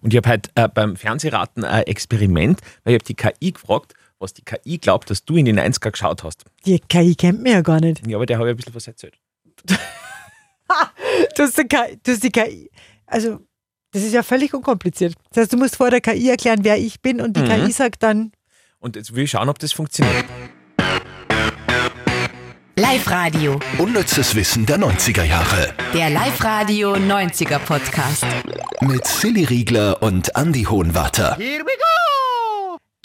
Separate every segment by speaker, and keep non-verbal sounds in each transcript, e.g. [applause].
Speaker 1: Und ich habe halt äh, beim Fernsehraten ein Experiment, weil ich habe die KI gefragt, was die KI glaubt, dass du in den 90er geschaut hast.
Speaker 2: Die KI kennt mich ja gar nicht.
Speaker 1: Ja, aber der habe ich ein bisschen was erzählt.
Speaker 2: Du hast, die KI, du hast die KI. Also, das ist ja völlig unkompliziert. Das heißt, du musst vor der KI erklären, wer ich bin und die KI sagt dann,
Speaker 1: Und jetzt will ich schauen, ob das funktioniert.
Speaker 3: Live-Radio,
Speaker 4: Unnützes Wissen der 90er Jahre.
Speaker 3: der Live-Radio 90er Podcast.
Speaker 4: Mit Silly Riegler und Andy Hohenwarter.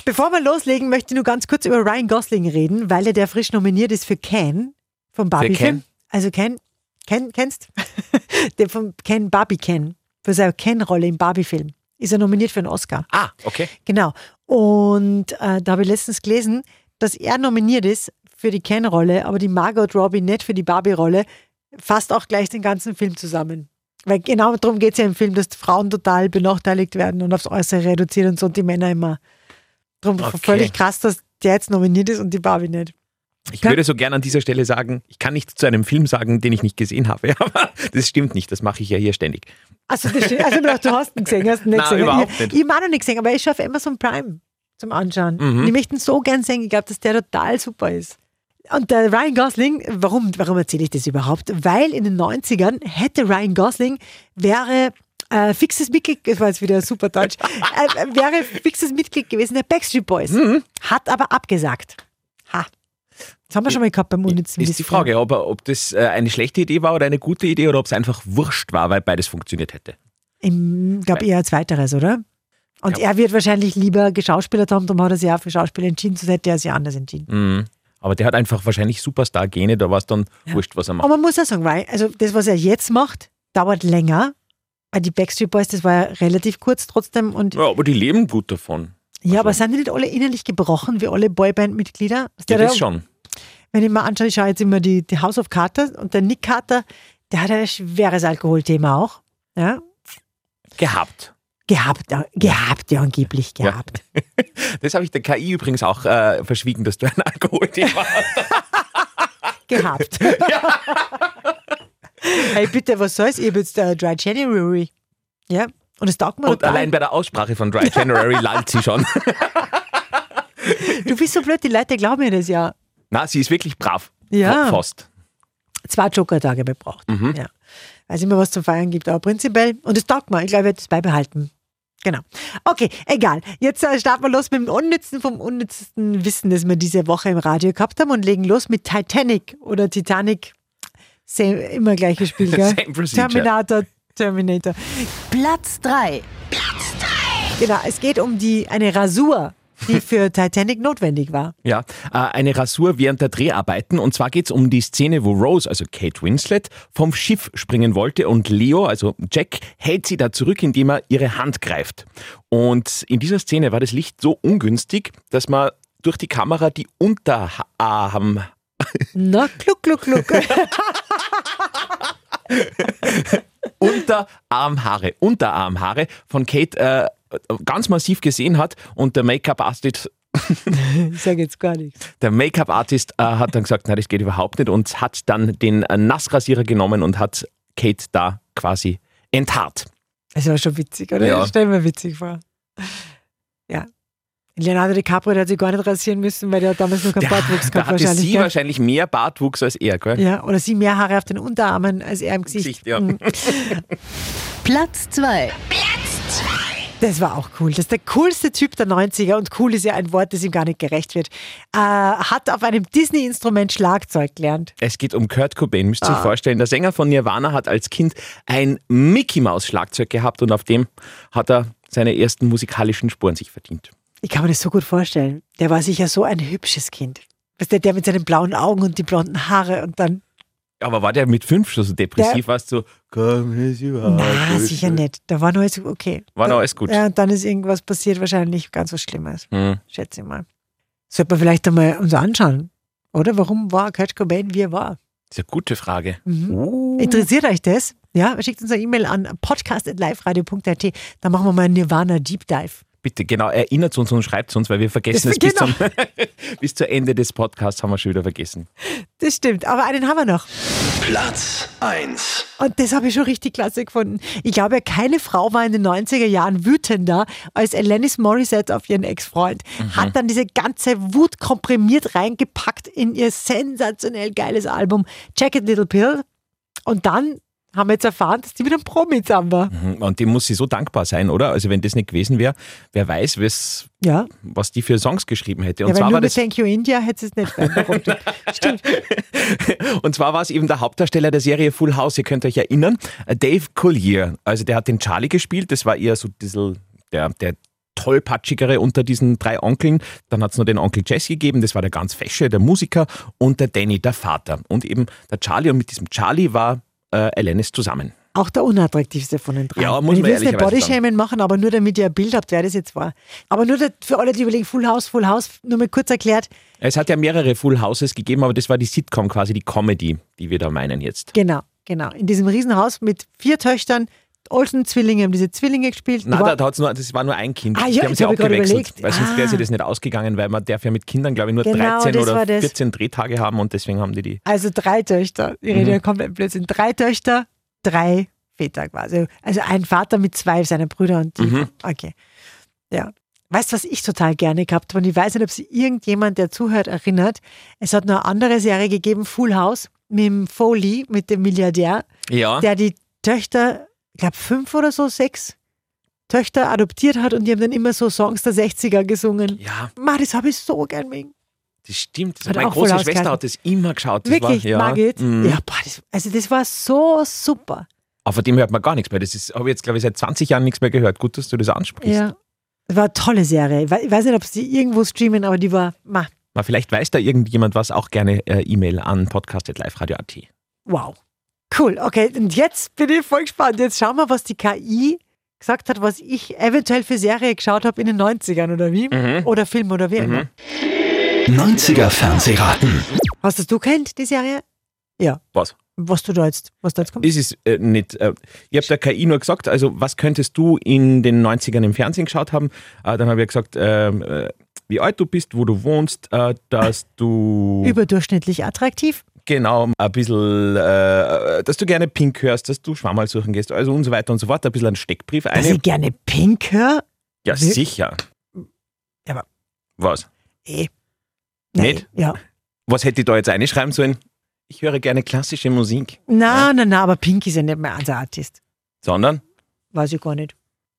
Speaker 2: Bevor wir loslegen, möchte ich nur ganz kurz über Ryan Gosling reden, weil er der frisch nominiert ist für Ken vom Barbie-Film.
Speaker 1: Ken?
Speaker 2: Also Ken, Ken kennst? [laughs] der von Ken Barbie Ken für seine Ken-Rolle im Barbie-Film ist er nominiert für einen Oscar.
Speaker 1: Ah, okay.
Speaker 2: Genau. Und äh, da habe ich letztens gelesen, dass er nominiert ist für die Ken-Rolle, aber die Margot Robbie nicht für die Barbie-Rolle, fasst auch gleich den ganzen Film zusammen. Weil genau darum geht es ja im Film, dass Frauen total benachteiligt werden und aufs Äußere reduziert und so und die Männer immer. Drum
Speaker 1: Okay.
Speaker 2: völlig krass, dass der jetzt nominiert ist und die Barbie nicht.
Speaker 1: Ich würde so gerne an dieser Stelle sagen, ich kann nichts zu einem Film sagen, den ich nicht gesehen habe. [laughs] Aber das stimmt nicht, das mache ich ja hier ständig.
Speaker 2: Also, das steht, also ich hab gedacht, du hast ihn gesehen, hast ihn nicht
Speaker 1: Nein,
Speaker 2: gesehen.
Speaker 1: überhaupt nicht.
Speaker 2: Ich mag noch nicht gesehen, aber ich schaffe Amazon Prime zum Anschauen.
Speaker 1: Mhm.
Speaker 2: Und ich möchte ihn so gern sehen. Ich glaube, dass der total super ist. Und der Ryan Gosling, warum, warum erzähle ich das überhaupt? Weil in den 90ern hätte Ryan Gosling, wäre äh, fixes Mitglied, das war jetzt wieder
Speaker 1: [laughs]
Speaker 2: super deutsch, äh, wäre fixes Mitglied gewesen der Backstreet Boys.
Speaker 1: Mhm.
Speaker 2: Hat aber abgesagt. Ha. Das haben wir schon mal gehabt beim Unnützen.
Speaker 1: Ist die
Speaker 2: Wissen.
Speaker 1: Frage, ob, er- ob das äh, eine schlechte Idee war oder eine gute Idee oder ob es einfach wurscht war, weil beides funktioniert hätte.
Speaker 2: Ich glaube eher als weiteres, oder? Und er wird wahrscheinlich lieber geschauspielert haben, darum hat er sich auch für Schauspiel entschieden, sonst hätte er sich anders entschieden.
Speaker 1: Mhm. Aber der hat einfach wahrscheinlich Superstar-Gene, da war es dann wurscht, was er macht.
Speaker 2: Aber man muss ja sagen, Ryan, also das, was er jetzt macht, dauert länger. Weil Die Backstreet Boys, das war ja relativ kurz trotzdem. Und ja,
Speaker 1: Ja, aber die leben gut davon.
Speaker 2: aber sind die nicht alle innerlich gebrochen, wie alle Boyband-Mitglieder?
Speaker 1: Ja,
Speaker 2: Der hat
Speaker 1: das schon.
Speaker 2: Wenn ich mir anschaue, ich schaue jetzt immer die, die House of Carter und der Nick Carter, der hat ja ein schweres Alkoholthema auch. Ja?
Speaker 1: Gehabt.
Speaker 2: Gehabt, ja, gehabt, ja, angeblich
Speaker 1: Ja.
Speaker 2: gehabt.
Speaker 1: Das habe ich der KI übrigens auch äh, verschwiegen, dass du ein Alkoholthema hast. [laughs]
Speaker 2: gehabt. [laughs] hey, bitte, was soll's? Ich hab jetzt äh, Dry January. Ja, und es taugt mir
Speaker 1: Und
Speaker 2: total.
Speaker 1: allein bei der Aussprache von Dry
Speaker 2: [laughs]
Speaker 1: January lallt sie schon.
Speaker 2: Du bist so blöd, die Leute glauben mir das ja.
Speaker 1: Na, sie ist wirklich brav.
Speaker 2: Ja.
Speaker 1: Fast.
Speaker 2: Zwei Joker-Tage braucht.
Speaker 1: Mhm.
Speaker 2: Ja. Weiß immer, was zum Feiern gibt, aber prinzipiell. Und es taugt mir. Ich glaube, ich werde das beibehalten. Genau. Okay, egal. Jetzt äh, starten wir los mit dem Unnützen vom unnützesten Wissen, das wir diese Woche im Radio gehabt haben und legen los mit Titanic oder Titanic. Same, immer gleiches Spiel, gell?
Speaker 1: [laughs] Same procedure.
Speaker 2: Terminator, Terminator.
Speaker 3: Platz 3,
Speaker 2: Genau, es geht um die, eine Rasur, die für Titanic notwendig war.
Speaker 1: Ja, äh, eine Rasur während der Dreharbeiten. Und zwar geht's um die Szene, wo Rose, also Kate Winslet, vom Schiff springen wollte und Leo, also Jack, hält sie da zurück, indem er ihre Hand greift. Und in dieser Szene war das Licht so ungünstig, dass man durch die Kamera die äh, Unterarm,
Speaker 2: Na, kluck, kluck,
Speaker 1: [laughs]
Speaker 2: kluck.
Speaker 1: Unterarmhaare, Unterarmhaare von Kate äh, ganz massiv gesehen hat und der Make-up-Artist
Speaker 2: Ich sage jetzt gar nichts.
Speaker 1: Der Make-up-Artist äh, hat dann gesagt, nein, das geht überhaupt nicht und hat dann den äh, Nassrasierer genommen und hat Kate da quasi enthaart.
Speaker 2: Es war schon witzig, oder?
Speaker 1: Ja.
Speaker 2: Stell mir witzig vor. Ja. Leonardo DiCaprio, der hat sich gar nicht rasieren müssen, weil der hat damals noch keinen
Speaker 1: Da
Speaker 2: Bartwuchs gehabt,
Speaker 1: hatte
Speaker 2: wahrscheinlich.
Speaker 1: sie
Speaker 2: gell?
Speaker 1: wahrscheinlich mehr Bartwuchs als er, gell?
Speaker 2: ja, oder sie mehr Haare auf den Unterarmen als er im Gesicht.
Speaker 1: Gesicht, ja.
Speaker 2: Mhm.
Speaker 3: Platz 2,
Speaker 2: Das war auch cool. Das ist der coolste Typ der 90er und cool ist ja ein Wort, das ihm gar nicht gerecht wird. Äh, hat auf einem Disney-Instrument Schlagzeug gelernt.
Speaker 1: Es geht um Kurt Cobain, müsst ihr
Speaker 2: Ah.
Speaker 1: euch vorstellen. Der Sänger von Nirvana hat als Kind ein Mickey-Maus-Schlagzeug gehabt und auf dem hat er seine ersten musikalischen Spuren sich verdient.
Speaker 2: Ich kann mir das so gut vorstellen. Der war sicher so ein hübsches Kind. Weißt du, der mit seinen blauen Augen und die blonden Haare und dann.
Speaker 1: Aber war der mit fünf schon so depressiv? Warst du so, komm, ist überhaupt
Speaker 2: na,
Speaker 1: nicht
Speaker 2: sicher
Speaker 1: schlimm.
Speaker 2: nicht. Da war noch alles okay.
Speaker 1: Ah, War noch alles gut.
Speaker 2: Ja, und dann ist irgendwas passiert, wahrscheinlich ganz was Schlimmes.
Speaker 1: Hm.
Speaker 2: Schätze ich mal. Sollte man vielleicht einmal uns anschauen, oder? Warum war Kurt Cobain, wie er war?
Speaker 1: Das ist eine gute Frage.
Speaker 2: Uh. Interessiert euch das? Ja, schickt uns eine E-Mail an podcast.liferadio.at. Da machen wir mal einen Nirvana Deep Dive.
Speaker 1: Bitte, genau, erinnert uns und schreibt uns, weil wir vergessen es bis,
Speaker 2: Genau.
Speaker 1: zum, [laughs] bis zu Ende des Podcasts haben wir schon wieder vergessen.
Speaker 2: Das stimmt, aber einen haben wir noch.
Speaker 4: Platz 1.
Speaker 2: Und das habe ich schon richtig klasse gefunden. Ich glaube, keine Frau war in den 90er Jahren wütender als Alanis Morissette auf ihren Ex-Freund.
Speaker 1: Mhm.
Speaker 2: Hat dann diese ganze Wut komprimiert reingepackt in ihr sensationell geiles Album Jacket Little Pill. Und dann haben wir jetzt erfahren, dass die mit einem Promi zusammen war.
Speaker 1: Mhm, Und dem muss sie so dankbar sein, oder? Also wenn das nicht gewesen wäre, wer weiß, was,
Speaker 2: Ja.
Speaker 1: was die für Songs geschrieben hätte. Und
Speaker 2: ja, weil
Speaker 1: zwar
Speaker 2: nur
Speaker 1: war
Speaker 2: mit
Speaker 1: das
Speaker 2: Thank You India hätte es nicht beantwortet.
Speaker 1: [laughs]
Speaker 2: Stimmt.
Speaker 1: Und zwar war es eben der Hauptdarsteller der Serie Full House, ihr könnt euch erinnern, äh, Dave Collier. Also der hat den Charlie gespielt, das war eher so ein bisschen der, der tollpatschigere unter diesen drei Onkeln. Dann hat es noch den Onkel Jesse gegeben, das war der ganz fesche, der Musiker und der Danny, der Vater. Und eben der Charlie und mit diesem Charlie war äh, Alanis zusammen.
Speaker 2: Auch der unattraktivste von den drei.
Speaker 1: Ja, muss
Speaker 2: ich
Speaker 1: man
Speaker 2: will jetzt nicht
Speaker 1: ehrlicherweise
Speaker 2: Bodyshaming machen, aber nur damit ihr ein Bild habt, wer das jetzt war. Aber nur das- für alle, die überlegen, Full House, Full House, nur mal kurz erklärt.
Speaker 1: Es hat ja mehrere Full Houses gegeben, aber das war die Sitcom quasi, die Comedy, die wir da meinen jetzt.
Speaker 2: Genau, genau. In diesem Riesenhaus mit vier Töchtern, Olsen-Zwillinge haben diese Zwillinge gespielt. Die
Speaker 1: Na,
Speaker 2: war-
Speaker 1: da hat's nur, das war nur ein Kind.
Speaker 2: Ah ja,
Speaker 1: die haben
Speaker 2: jetzt
Speaker 1: sie
Speaker 2: hab ich gerade
Speaker 1: abgewechselt,
Speaker 2: überlegt.
Speaker 1: weil sonst
Speaker 2: Ah.
Speaker 1: wäre sie das nicht ausgegangen, weil man darf ja mit Kindern, glaube ich, nur
Speaker 2: Genau,
Speaker 1: 13
Speaker 2: das
Speaker 1: oder
Speaker 2: war das.
Speaker 1: 14 Drehtage haben und deswegen haben die die.
Speaker 2: also drei Töchter. Ich
Speaker 1: Mhm.
Speaker 2: rede ja komplett Blödsinn. Drei Töchter, drei Väter quasi. Also ein Vater mit zwei seiner Brüder und die.
Speaker 1: Mhm.
Speaker 2: Okay. Ja. Weißt du, was ich total gerne gehabt habe? Und ich weiß nicht, ob sich irgendjemand, der zuhört, erinnert. Es hat noch eine andere Serie gegeben, Full House, mit dem Foley, mit dem Milliardär.
Speaker 1: Ja.
Speaker 2: der die Töchter, ich glaube fünf oder so, sechs Töchter adoptiert hat und die haben dann immer so Songs der 60er gesungen.
Speaker 1: Ja,
Speaker 2: Ma, das habe ich so gern wegen.
Speaker 1: das stimmt.
Speaker 2: Hat
Speaker 1: Meine
Speaker 2: auch voll
Speaker 1: große Schwester
Speaker 2: ausgehalten.
Speaker 1: hat das immer geschaut. Das
Speaker 2: Wirklich,
Speaker 1: war, ja,
Speaker 2: Margit?
Speaker 1: Mhm.
Speaker 2: Ja, boah, das, also das war so super.
Speaker 1: Aber von dem hört man gar nichts mehr. Das ist- habe ich jetzt, glaube ich, seit 20 Jahren nichts mehr gehört. Gut, dass du das ansprichst.
Speaker 2: Ja. Das war eine tolle Serie. Ich wei- ich weiß nicht, ob sie irgendwo streamen, aber die war, ma,
Speaker 1: Na, vielleicht weiß da irgendjemand was, auch gerne äh, E-Mail an podcast.liferadio.at.
Speaker 2: wow. Cool, okay. Und jetzt bin ich voll gespannt. Jetzt schauen wir, was die KI gesagt hat, was ich eventuell für Serie geschaut habe in den 90ern oder
Speaker 1: Mhm.
Speaker 2: wie? Oder Film oder wie immer.
Speaker 4: 90er Fernsehraten.
Speaker 2: Hast das du kennt, die Serie?
Speaker 1: Was?
Speaker 2: Was du da jetzt, was da jetzt kommt?
Speaker 1: Das ist äh, nicht. Äh, ich habe der KI nur gesagt, also was könntest du in den 90ern im Fernsehen geschaut haben? Äh, dann habe ich gesagt, ähm, äh, wie alt du bist, wo du wohnst, äh, dass du
Speaker 2: Überdurchschnittlich attraktiv.
Speaker 1: genau ein bisschen, äh, dass du gerne Pink hörst, dass du Schwammerl suchen gehst, also und so weiter und so fort. Ein bisschen einen Steckbrief
Speaker 2: Dass
Speaker 1: eine.
Speaker 2: ich gerne pink höre?
Speaker 1: Ja,
Speaker 2: Wir-
Speaker 1: sicher.
Speaker 2: Ja, aber-
Speaker 1: Was?
Speaker 2: Eh.
Speaker 1: Nicht?
Speaker 2: Ja.
Speaker 1: Was hätte ich da jetzt reinschreiben sollen? Ich höre gerne klassische Musik,
Speaker 2: Na, na, na, aber pink ist ja nicht mehr unser Artist.
Speaker 1: sondern
Speaker 2: Weiß ich gar nicht.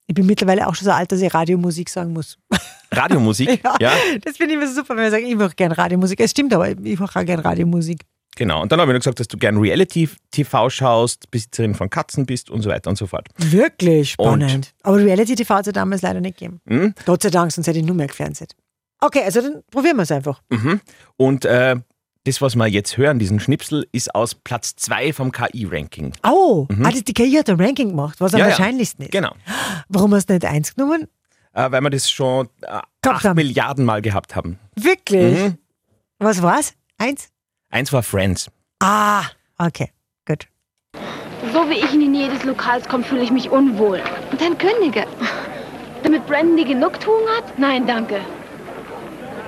Speaker 2: Ich bin mittlerweile auch schon so alt, dass ich Radiomusik sagen muss. [laughs]
Speaker 1: Radiomusik.
Speaker 2: Ja.
Speaker 1: ja,
Speaker 2: Das finde ich immer so super, wenn wir sagen, ich mache gerne Radiomusik. Es stimmt, aber ich mache auch gerne Radiomusik.
Speaker 1: Genau. Und dann habe ich nur gesagt, dass du gern Reality-TV schaust, Besitzerin von Katzen bist und so weiter und so fort.
Speaker 2: Wirklich
Speaker 1: Und?
Speaker 2: spannend. Aber Reality TV hat es ja damals leider nicht gegeben.
Speaker 1: Hm?
Speaker 2: Gott sei Dank, sonst hätte ich nur mehr gefernseht. Okay, also dann probieren wir es einfach.
Speaker 1: Mhm. Und äh, das, was wir jetzt hören, diesen Schnipsel, ist aus Platz 2 vom KI-Ranking.
Speaker 2: Oh, ah, das, die KI hat ein Ranking gemacht, was am
Speaker 1: Ja, ja.
Speaker 2: wahrscheinlichsten ist.
Speaker 1: Genau.
Speaker 2: Warum hast du nicht eins genommen?
Speaker 1: Äh, weil wir das schon äh,
Speaker 2: Gehabt
Speaker 1: 8
Speaker 2: haben.
Speaker 1: Milliarden Mal gehabt haben.
Speaker 2: Wirklich?
Speaker 1: Mhm.
Speaker 2: Was war's? Eins?
Speaker 1: Eins war Friends.
Speaker 2: Ah, okay, gut.
Speaker 5: So wie ich in die Nähe des Lokals komme, fühle ich mich unwohl. Dann kündige. Damit Brandon dir Genugtuung hat? Nein, danke.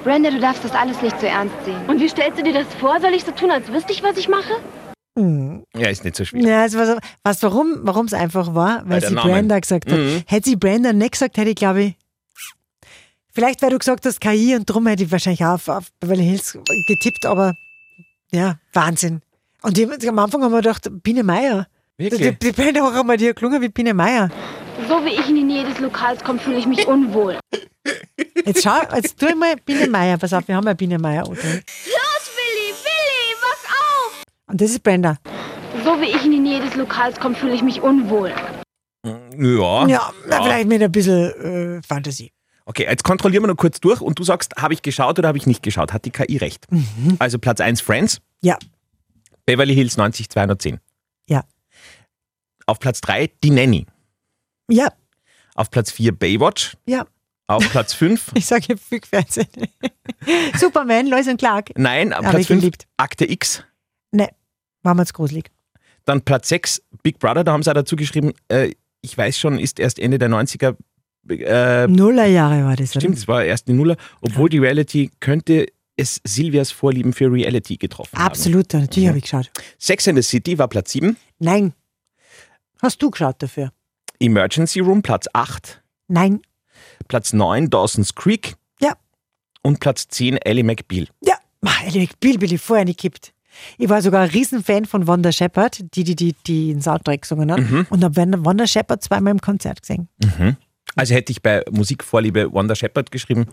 Speaker 5: Brenda, du darfst das alles nicht so ernst sehen. Und wie stellst du dir das vor? Soll ich so tun, als wüsste ich, was ich mache?
Speaker 2: Mhm.
Speaker 1: Ja, ist nicht so schwierig.
Speaker 2: Ja, es war so, was, warum warum es einfach war?
Speaker 1: Weil
Speaker 2: Weil
Speaker 1: der
Speaker 2: sie
Speaker 1: Name.
Speaker 2: Brenda gesagt hat.
Speaker 1: Mhm.
Speaker 2: Hätte sie Brenda nicht gesagt, hätte ich, glaube ich, vielleicht, weil du gesagt hast KI und drum hätte ich wahrscheinlich auch auf, auf Beverly Hills getippt, aber ja, Wahnsinn. Und die, am Anfang haben wir gedacht, Biene Meier. Die, die,
Speaker 1: Wirklich?
Speaker 2: die Brenda auch einmal, die hat gelungen wie Biene Meier.
Speaker 5: So wie ich in die Nähe des Lokals komme, fühle ich mich unwohl.
Speaker 2: Jetzt schau, jetzt tu ich mal Biene Meier. Pass auf, wir haben ja Biene Meier. Okay.
Speaker 5: Los, Willi, Willi, wach auf!
Speaker 2: Und das ist Brenda.
Speaker 5: So wie ich in die Nähe des Lokals komme, fühle ich mich unwohl.
Speaker 1: Ja.
Speaker 2: Ja, na, vielleicht mit ein bisschen äh, Fantasie.
Speaker 1: Okay, jetzt kontrollieren wir noch kurz durch und du sagst, habe ich geschaut oder habe ich nicht geschaut? Hat die KI recht?
Speaker 2: Mhm.
Speaker 1: Also Platz 1 Friends,
Speaker 2: Ja,
Speaker 1: Beverly Hills 90 210.
Speaker 2: ja,
Speaker 1: Auf Platz 3 Die Nanny.
Speaker 2: ja,
Speaker 1: Auf Platz 4 Baywatch.
Speaker 2: ja.
Speaker 1: Auf
Speaker 2: [laughs]
Speaker 1: Platz 5
Speaker 2: Ich sage ja viel Fernsehen. [laughs] Superman, Lois und Clark.
Speaker 1: Nein, am
Speaker 2: Hab
Speaker 1: Platz
Speaker 2: ich
Speaker 1: 5
Speaker 2: geliebt.
Speaker 1: Akte X.
Speaker 2: Ne, war mir zu gruselig.
Speaker 1: Dann Platz 6 Big Brother, da haben sie auch dazu geschrieben, äh, ich weiß schon, ist erst Ende der 90er äh,
Speaker 2: Nullerjahre war das, oder?
Speaker 1: stimmt, es war erst die Nuller, obwohl die Reality könnte es Silvias Vorlieben für Reality getroffen
Speaker 2: Absolut, natürlich habe ich geschaut.
Speaker 1: haben. Sex and the City war Platz 7,
Speaker 2: Nein. Hast du geschaut dafür?
Speaker 1: Emergency Room Platz 8,
Speaker 2: Nein.
Speaker 1: Platz 9 Dawson's Creek
Speaker 2: Ja.
Speaker 1: und Platz 10 Ellie McBeal.
Speaker 2: Ja, Mach, ehrlich, Bill Billy vorher nicht kippt. Ich war sogar ein Riesenfan von Wanda Shepard, die, die, die, die den Soundtrack gesungen hat.
Speaker 1: Mhm.
Speaker 2: Und habe Wanda Shepard zweimal im Konzert gesehen.
Speaker 1: Also hätte ich bei Musikvorliebe Wanda Shepard geschrieben.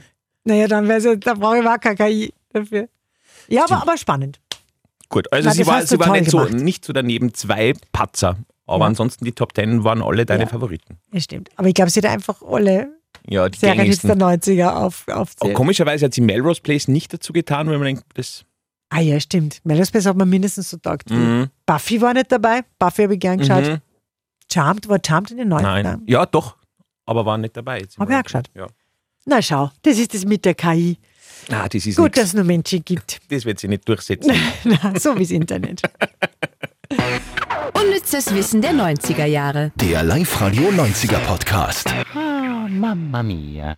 Speaker 2: Naja, dann wär's ja, da brauche ich auch keine KI dafür. Ja, aber, aber spannend.
Speaker 1: Gut, also
Speaker 2: Na,
Speaker 1: sie
Speaker 2: das
Speaker 1: war,
Speaker 2: hast
Speaker 1: sie
Speaker 2: du
Speaker 1: war
Speaker 2: toll
Speaker 1: nicht so,
Speaker 2: gemacht.
Speaker 1: nicht so daneben, zwei Patzer. Aber
Speaker 2: Ja.
Speaker 1: ansonsten die Top Ten waren alle deine
Speaker 2: Ja.
Speaker 1: Favoriten.
Speaker 2: Ja, stimmt. Aber ich glaube, sie hat einfach alle
Speaker 1: Ja, die
Speaker 2: Serien jetzt der
Speaker 1: gängigsten.
Speaker 2: 90er auf,
Speaker 1: Oh,
Speaker 2: aufzählt.
Speaker 1: komischerweise hat sie Melrose Place nicht dazu getan, weil man denkt, das
Speaker 2: ah ja, stimmt. Melrose Place hat man mindestens so taugt. wie-
Speaker 1: Mhm.
Speaker 2: Buffy war nicht dabei. Buffy habe ich gern geschaut.
Speaker 1: Mhm.
Speaker 2: Charmed war Charmed in den 90ern.
Speaker 1: Nein. Ja, doch. Aber waren nicht dabei. jetzt im
Speaker 2: Hab ich auch
Speaker 1: Ranking.
Speaker 2: geschaut.
Speaker 1: Ja.
Speaker 2: Na schau, das ist das mit der KI.
Speaker 1: Ah, das ist
Speaker 2: Gut, dass
Speaker 1: nix.
Speaker 2: es nur Menschen gibt. [laughs]
Speaker 1: Das wird sie nicht durchsetzen.
Speaker 2: Na, so wie das Internet.
Speaker 3: Unnützes Wissen der 90er Jahre.
Speaker 4: Der Live-Radio 90er Podcast.
Speaker 6: Ah, mamma mia.